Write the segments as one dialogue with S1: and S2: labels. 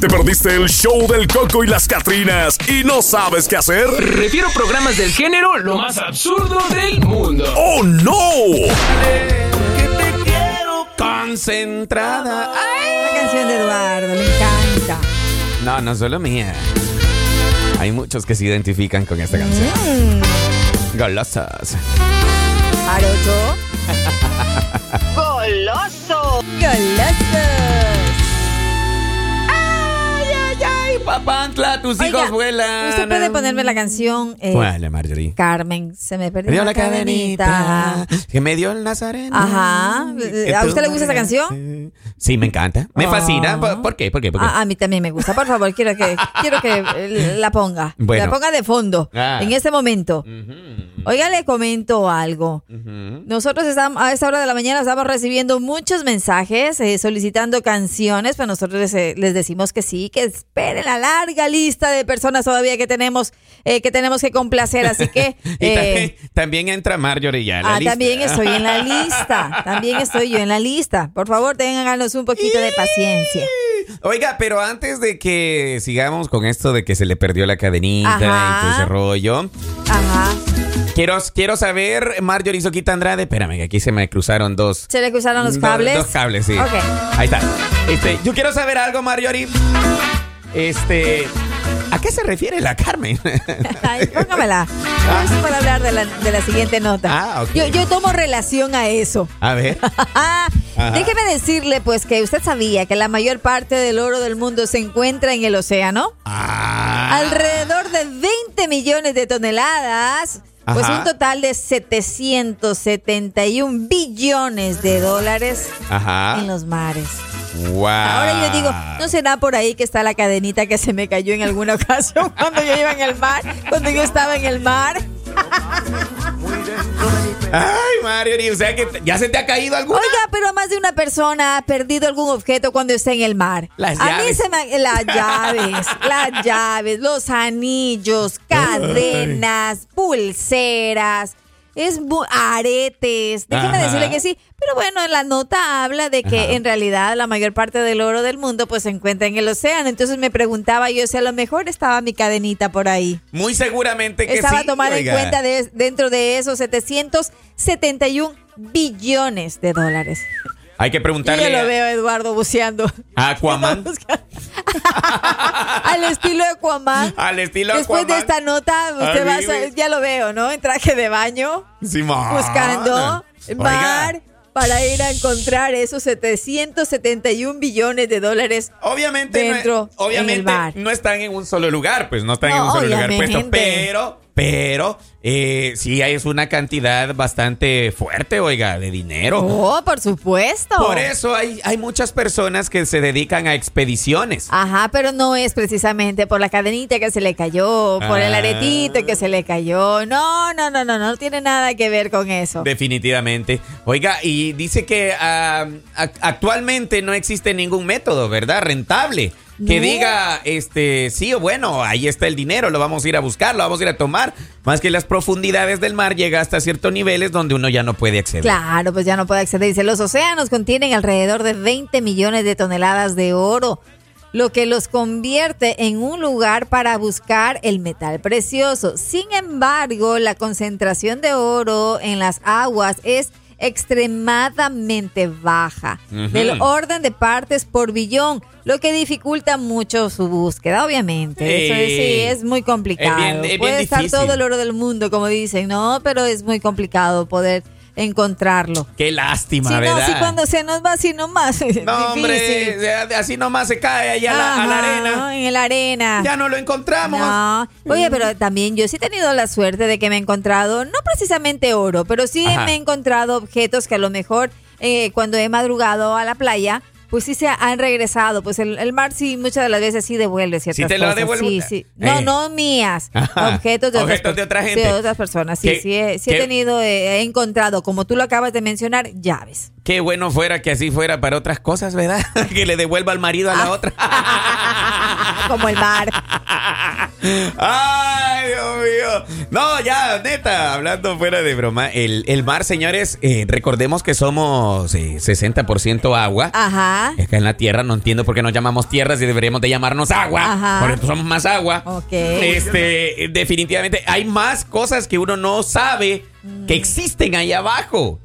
S1: ¿Te perdiste el show del Coco y las Catrinas y no sabes qué hacer?
S2: Refiero programas del género lo más absurdo del mundo.
S1: ¡Oh, no!
S3: Que te quiero concentrada.
S4: La canción de Eduardo, me encanta.
S3: No, no solo mía. Hay muchos que se identifican con esta canción. Golosas.
S4: Jarocho.
S5: Goloso.
S4: Golosos.
S3: Ay, papantla, tus
S4: Oiga,
S3: hijos vuelan.
S4: Usted puede ponerme la canción eh,
S3: Vale, Marjorie.
S4: Carmen, se me
S3: Me
S4: perdió
S3: dio
S4: la,
S3: la
S4: cadenita.
S3: cadenita que me dio el nazareno.
S4: Ajá.
S3: Que
S4: ¿A
S3: tú
S4: usted le gusta esa
S3: me
S4: canción?
S3: dejaste. Sí, me encanta. Me
S4: Ah.
S3: fascina. ¿Por, por qué? ¿Por qué? ¿Por qué?
S4: Ah, a mí también me gusta. Por favor, quiero que, quiero que eh, la ponga.
S3: Bueno.
S4: La ponga de fondo
S3: Ah.
S4: en este momento. Oiga, le comento algo. Nosotros estam- a esta hora de la mañana estamos recibiendo muchos mensajes eh, solicitando canciones, pero nosotros les, eh, les decimos que sí, que esperen la larga lista de personas todavía que tenemos eh, que tenemos que complacer. Así que
S3: Y
S4: eh,
S3: también, también entra Marjorie ya. en la
S4: ah,
S3: lista.
S4: también estoy en la lista, también estoy yo en la lista. Por favor, ténganos un poquito de paciencia.
S3: Oiga, pero antes de que sigamos con esto de que se le perdió la cadenita
S4: Ajá.
S3: y todo ese rollo,
S4: Ajá.
S3: quiero, quiero saber, Marjorie Soquita Andrade, espérame, que aquí se me cruzaron dos.
S4: ¿Se le cruzaron los
S3: do-
S4: cables?
S3: Dos cables, sí.
S4: Ok.
S3: Ahí está. Este, yo quiero saber algo, Marjorie. Este, ¿a qué se refiere la Carmen?
S4: Ay, póngamela. Vamos para hablar de la, de la siguiente nota.
S3: Ah, ok.
S4: yo, yo tomo relación a eso.
S3: A ver.
S4: Ah, déjeme decirle, pues, que usted sabía que la mayor parte del oro del mundo se encuentra en el océano.
S3: Ah.
S4: Alrededor de 20 millones de toneladas. Pues
S3: Ajá.
S4: un total de 771 billones de dólares
S3: Ajá.
S4: en los mares.
S3: Wow.
S4: Ahora yo digo, ¿no será por ahí que está la cadenita que se me cayó en alguna ocasión cuando yo iba en el mar? Cuando yo estaba en el mar.
S3: Ay, Marjorie, o sea que te- ya se te ha caído alguna.
S4: Oiga, pero más de una persona ha perdido algún objeto cuando está en el mar.
S3: Las
S4: A mí
S3: llaves.
S4: se me... Las llaves, las llaves, los anillos, cadenas, pulseras. Es bu- aretes, déjeme
S3: Ajá.
S4: decirle que sí, pero bueno, en la nota habla de que
S3: Ajá.
S4: en realidad la mayor parte del oro del mundo pues se encuentra en el océano, entonces me preguntaba yo si a lo mejor estaba mi cadenita por ahí.
S3: Muy seguramente que
S4: Estaba
S3: sí.
S4: tomada en
S3: oiga.
S4: cuenta de- dentro de esos 771 billones de dólares.
S3: Hay que
S4: Yo
S3: preguntarle
S4: ya lo
S3: a-
S4: veo a Eduardo buceando.
S3: a Aquaman.
S4: Al estilo de Aquaman.
S3: Al estilo
S4: Después de
S3: Aquaman.
S4: esta nota, usted
S3: Ay,
S4: va a sa-
S3: güey.
S4: ya lo veo, ¿no? En traje de baño,
S3: Simón.
S4: buscando
S3: Ah. Oiga,
S4: mar para ir a encontrar esos 771 billones de dólares.
S3: Obviamente,
S4: dentro
S3: no, es- obviamente
S4: en el mar.
S3: no están en un solo lugar, pues no están en
S4: No,
S3: un solo lugar
S4: obviamente.
S3: puesto, pero, pero eh, sí es una cantidad bastante fuerte, oiga, de dinero.
S4: Oh, por supuesto.
S3: Por eso hay, hay muchas personas que se dedican a expediciones.
S4: Ajá, pero no es precisamente por la cadenita que se le cayó, por el
S3: Ah.
S4: aretito que se le cayó. No, no, no, no, no tiene nada que ver con eso.
S3: Definitivamente. Oiga, y dice que ah, ac- actualmente no existe ningún método, ¿verdad? Rentable. Que
S4: No.
S3: diga, este, sí, o bueno, ahí está el dinero, lo vamos a ir a buscar, lo vamos a ir a tomar. Más que las profundidades del mar llega hasta ciertos niveles donde uno ya no puede acceder.
S4: Claro, pues ya no puede acceder. Dice, los océanos contienen alrededor de 20 millones de toneladas de oro, lo que los convierte en un lugar para buscar el metal precioso. Sin embargo, la concentración de oro en las aguas es extremadamente baja,
S3: Ujú.
S4: del orden de partes por billón, lo que dificulta mucho su búsqueda, obviamente. Eso es, sí,
S3: Eh,
S4: es muy complicado.
S3: es bien
S4: puede estar
S3: difícil.
S4: todo el oro del mundo, como dicen, no, pero es muy complicado poder encontrarlo.
S3: Qué lástima,
S4: Si no,
S3: ¿verdad?
S4: si cuando se nos va así nomás, es
S3: No, hombre,
S4: difícil.
S3: ya- así nomás se cae ahí a la, a
S4: Ajá,
S3: la arena.
S4: En la arena.
S3: Ya no lo encontramos.
S4: No. Oye, pero también yo sí he tenido la suerte de que me he encontrado, no precisamente oro, pero sí
S3: Ajá.
S4: me he encontrado objetos que a lo mejor eh, cuando he madrugado a la playa, pues sí se han regresado. Pues el, el mar sí, muchas de las veces sí devuelve ciertas
S3: Sí te lo
S4: cosas.
S3: devuelve.
S4: Sí, sí. No,
S3: Eh.
S4: no mías.
S3: Ajá.
S4: Objetos de,
S3: Objetos
S4: otras,
S3: de otra
S4: sí,
S3: gente.
S4: de otras personas. Sí,
S3: ¿Qué-
S4: sí, he, sí he
S3: qué-
S4: tenido, eh, he encontrado, como tú lo acabas de mencionar, llaves.
S3: Qué bueno fuera que así fuera para otras cosas, ¿verdad? que le devuelva al
S4: Ah,
S3: marido a la otra.
S4: Como el mar.
S3: Ay, Dios mío. No, ya, neta, hablando fuera de broma, el, el mar, señores, eh, recordemos que somos eh, 60% agua.
S4: Ah. Ajá.
S3: Acá en la tierra no entiendo por qué nos llamamos tierra si deberíamos de llamarnos agua.
S4: Ajá.
S3: Porque somos más agua.
S4: Ok.
S3: Este, definitivamente hay más cosas que uno no sabe
S4: Mm.
S3: que existen ahí abajo.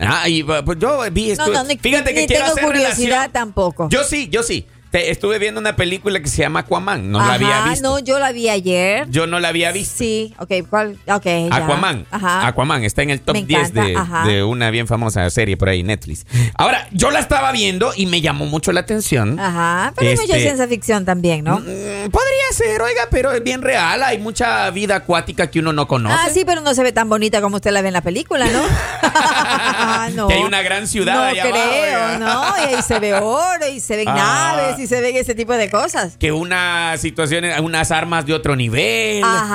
S3: Ah, y, pues, yo vi esto.
S4: No, no, ni,
S3: Fíjate que
S4: ni
S3: quiero
S4: tengo
S3: hacer
S4: curiosidad
S3: relación.
S4: tampoco.
S3: Yo sí, yo sí. Te- estuve viendo una película que se llama Aquaman. No la
S4: Ajá,
S3: había visto.
S4: No, yo la vi ayer.
S3: Yo no la había visto.
S4: Sí, ok, ¿cuál? Ok, ya.
S3: Aquaman.
S4: Ajá.
S3: Aquaman está en el top
S4: Me
S3: 10
S4: encanta,
S3: de,
S4: ajá.
S3: de una bien famosa serie por ahí, Netflix. Ahora, yo la estaba viendo y me llamó mucho la atención.
S4: Ajá. Pero hay mucha
S3: Este,
S4: ciencia ficción también, ¿no?
S3: Mm, Podría ser, oiga, pero es bien real. Hay mucha vida acuática que uno no conoce.
S4: Ah, sí, pero no se ve tan bonita como usted la ve en la película, ¿no?
S3: Que hay una gran ciudad
S4: No
S3: allá abajo,
S4: creo,
S3: ya.
S4: ¿no? Y ahí se ve oro, y se ven
S3: Ah.
S4: naves, y se ven ese tipo de cosas.
S3: Que unas situaciones, unas armas de otro nivel.
S4: Ajá,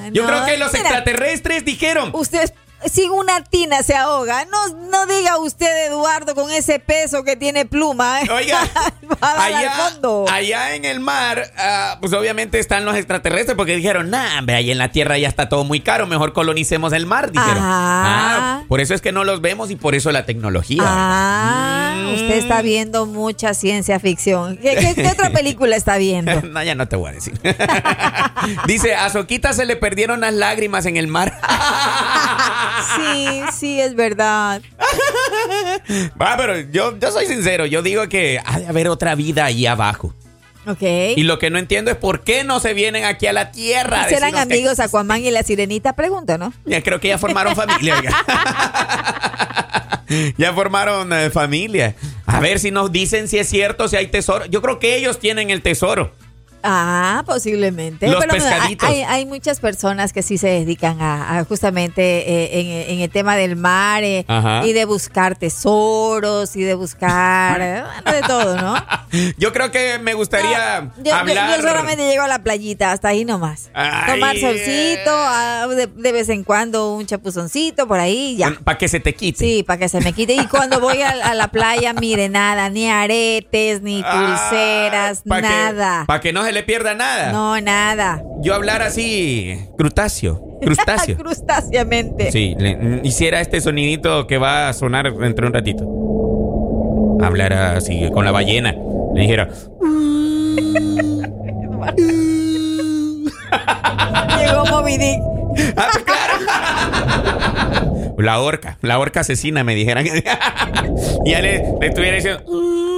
S3: Ah, yo
S4: no,
S3: creo que los
S4: mira.
S3: extraterrestres dijeron.
S4: Usted, si una tina se ahoga, no, no diga usted, Eduardo, con ese peso que tiene pluma. ¿eh?
S3: Oiga,
S4: Va a dar
S3: allá,
S4: al fondo.
S3: allá en el mar, ah, pues obviamente están los extraterrestres porque dijeron, nah, hombre, ahí en la Tierra ya está todo muy caro, mejor colonicemos el mar, dijeron.
S4: Ajá.
S3: Ah, por eso es que no los vemos y por eso la tecnología.
S4: Ah, usted
S3: Mm.
S4: está viendo mucha ciencia ficción. ¿Qué, qué- qué otra película está viendo?
S3: No, ya no te voy a decir. Dice, a Soquita se le perdieron las lágrimas en el mar.
S4: Sí, sí, es verdad.
S3: Va, pero yo, yo soy sincero, yo digo que ha de haber otra vida ahí abajo.
S4: Ok.
S3: Y lo que no entiendo es por qué no se vienen aquí a la Tierra. a
S4: ¿Serán
S3: decirnos que-
S4: amigos Aquaman y la sirenita? Pregunta, ¿no?
S3: Ya creo que ya formaron familia. oiga. ya formaron eh, familia. A ver si nos dicen si es cierto, si hay tesoro. Yo creo que ellos tienen el tesoro.
S4: Ah, posiblemente.
S3: Los
S4: Pero bueno,
S3: pescaditos.
S4: Hay, hay muchas personas que sí se dedican a, a justamente eh, en, en el tema del mar eh,
S3: Ajá.
S4: y de buscar tesoros y de buscar eh, bueno, de todo, ¿no?
S3: Yo creo que me gustaría
S4: No, yo- yo,
S3: hablar.
S4: yo solamente llego a la playita, hasta ahí nomás.
S3: Ay.
S4: Tomar solcito, ah, de, de vez en cuando un chapuzoncito por ahí, ya.
S3: Para que se te quite.
S4: Sí, para que se me quite. Y cuando voy a, a la playa, mire, nada, ni aretes, ni
S3: Ah,
S4: pulseras, nada.
S3: Para que no se le pierda nada.
S4: No, nada.
S3: Yo hablar así, crustáceo, crustáceo.
S4: Crustáceamente.
S3: sí, le- mm, hiciera este sonidito que va a sonar entre un ratito. Hablara así con la ballena. Le dijera,
S4: Llegó Moby Dick.
S3: "Ah, pues claro". La orca, la orca asesina, me dijeran. y ya le, le estuviera diciendo. "Uh".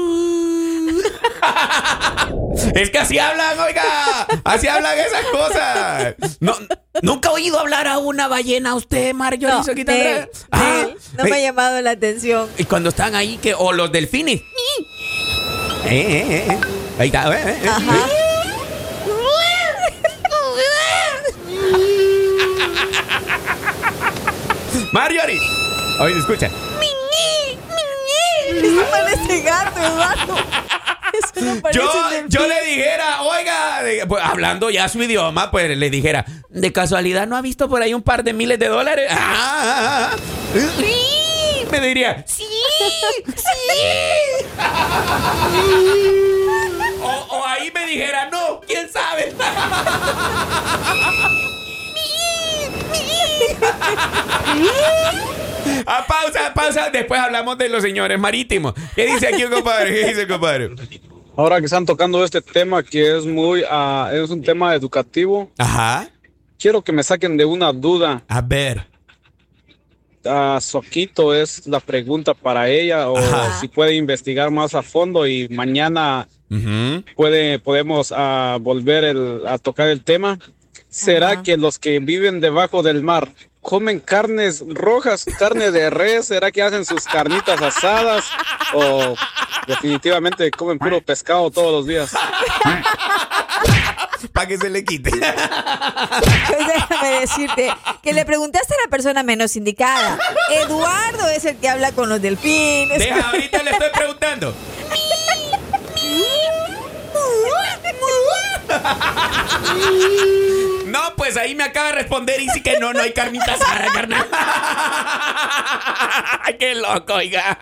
S3: Es que así hablan, oiga. Así hablan esas cosas. No, nunca he oído hablar a una ballena usted, Mario.
S4: No, Nel, Nel, no me ha llamado la atención.
S3: Ah, Y cuando están ahí, que o los delfines. Eh, eh, eh. Ahí está. eh, eh, eh.
S4: Ajá.
S3: Marjorie. Oye, escucha.
S4: Eso parece gato, Eduardo. Eso no parece
S3: Yo,
S4: un delfín.
S3: yo le dijera, oiga, de- pues, hablando ya su idioma, pues le dijera, de casualidad no ha visto por ahí un par de miles de dólares. Ah, ah, ah. Sí, me diría, sí, sí. O, o ahí me dijera, no, quién sabe. A pausa, pausa. Después hablamos de los señores marítimos. ¿Qué dice aquí, compadre? ¿Qué dice, compadre?
S5: Ahora que están tocando este tema que es muy, ah, es un tema educativo,
S3: Ajá.
S5: quiero que me saquen de una duda.
S3: A ver.
S5: Ah, Soquito es la pregunta para ella o
S3: Ajá.
S5: si puede investigar más a fondo y mañana puede, podemos ah, volver el- a tocar el tema. ¿Será
S4: Ajá.
S5: que los que viven debajo del mar comen carnes rojas, carne de res? ¿Será que hacen sus carnitas asadas o definitivamente comen puro pescado todos los días?
S3: Para que se le quite.
S4: Pues déjame decirte que le preguntaste a la persona menos indicada. Eduardo es el que habla con los delfines.
S3: Deja, ahorita le estoy preguntando. No, pues ahí me acaba de responder y sí que no, no hay carnita asada, carnal. Qué loco, oiga.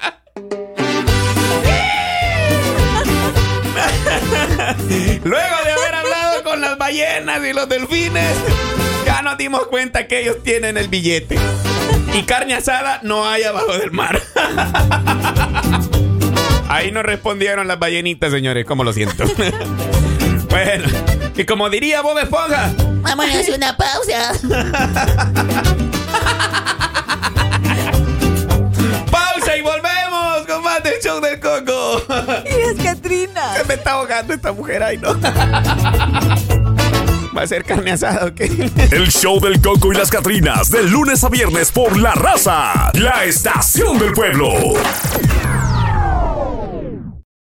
S3: Luego de haber hablado con las ballenas y los delfines, ya nos dimos cuenta que ellos tienen el billete. Y carne asada no hay abajo del mar. Ahí nos respondieron las ballenitas, señores, como lo siento. bueno, y como diría Bob Esponja,
S4: Ah,
S6: Vamos a hacer una pausa.
S3: pausa y volvemos con más del show del coco.
S4: Y es Katrina.
S3: Me está ahogando esta mujer, ay no. Va a ser carne asada, ¿ok?
S1: El show del Coco y las Catrinas, de lunes a viernes por La Raza, la estación del pueblo.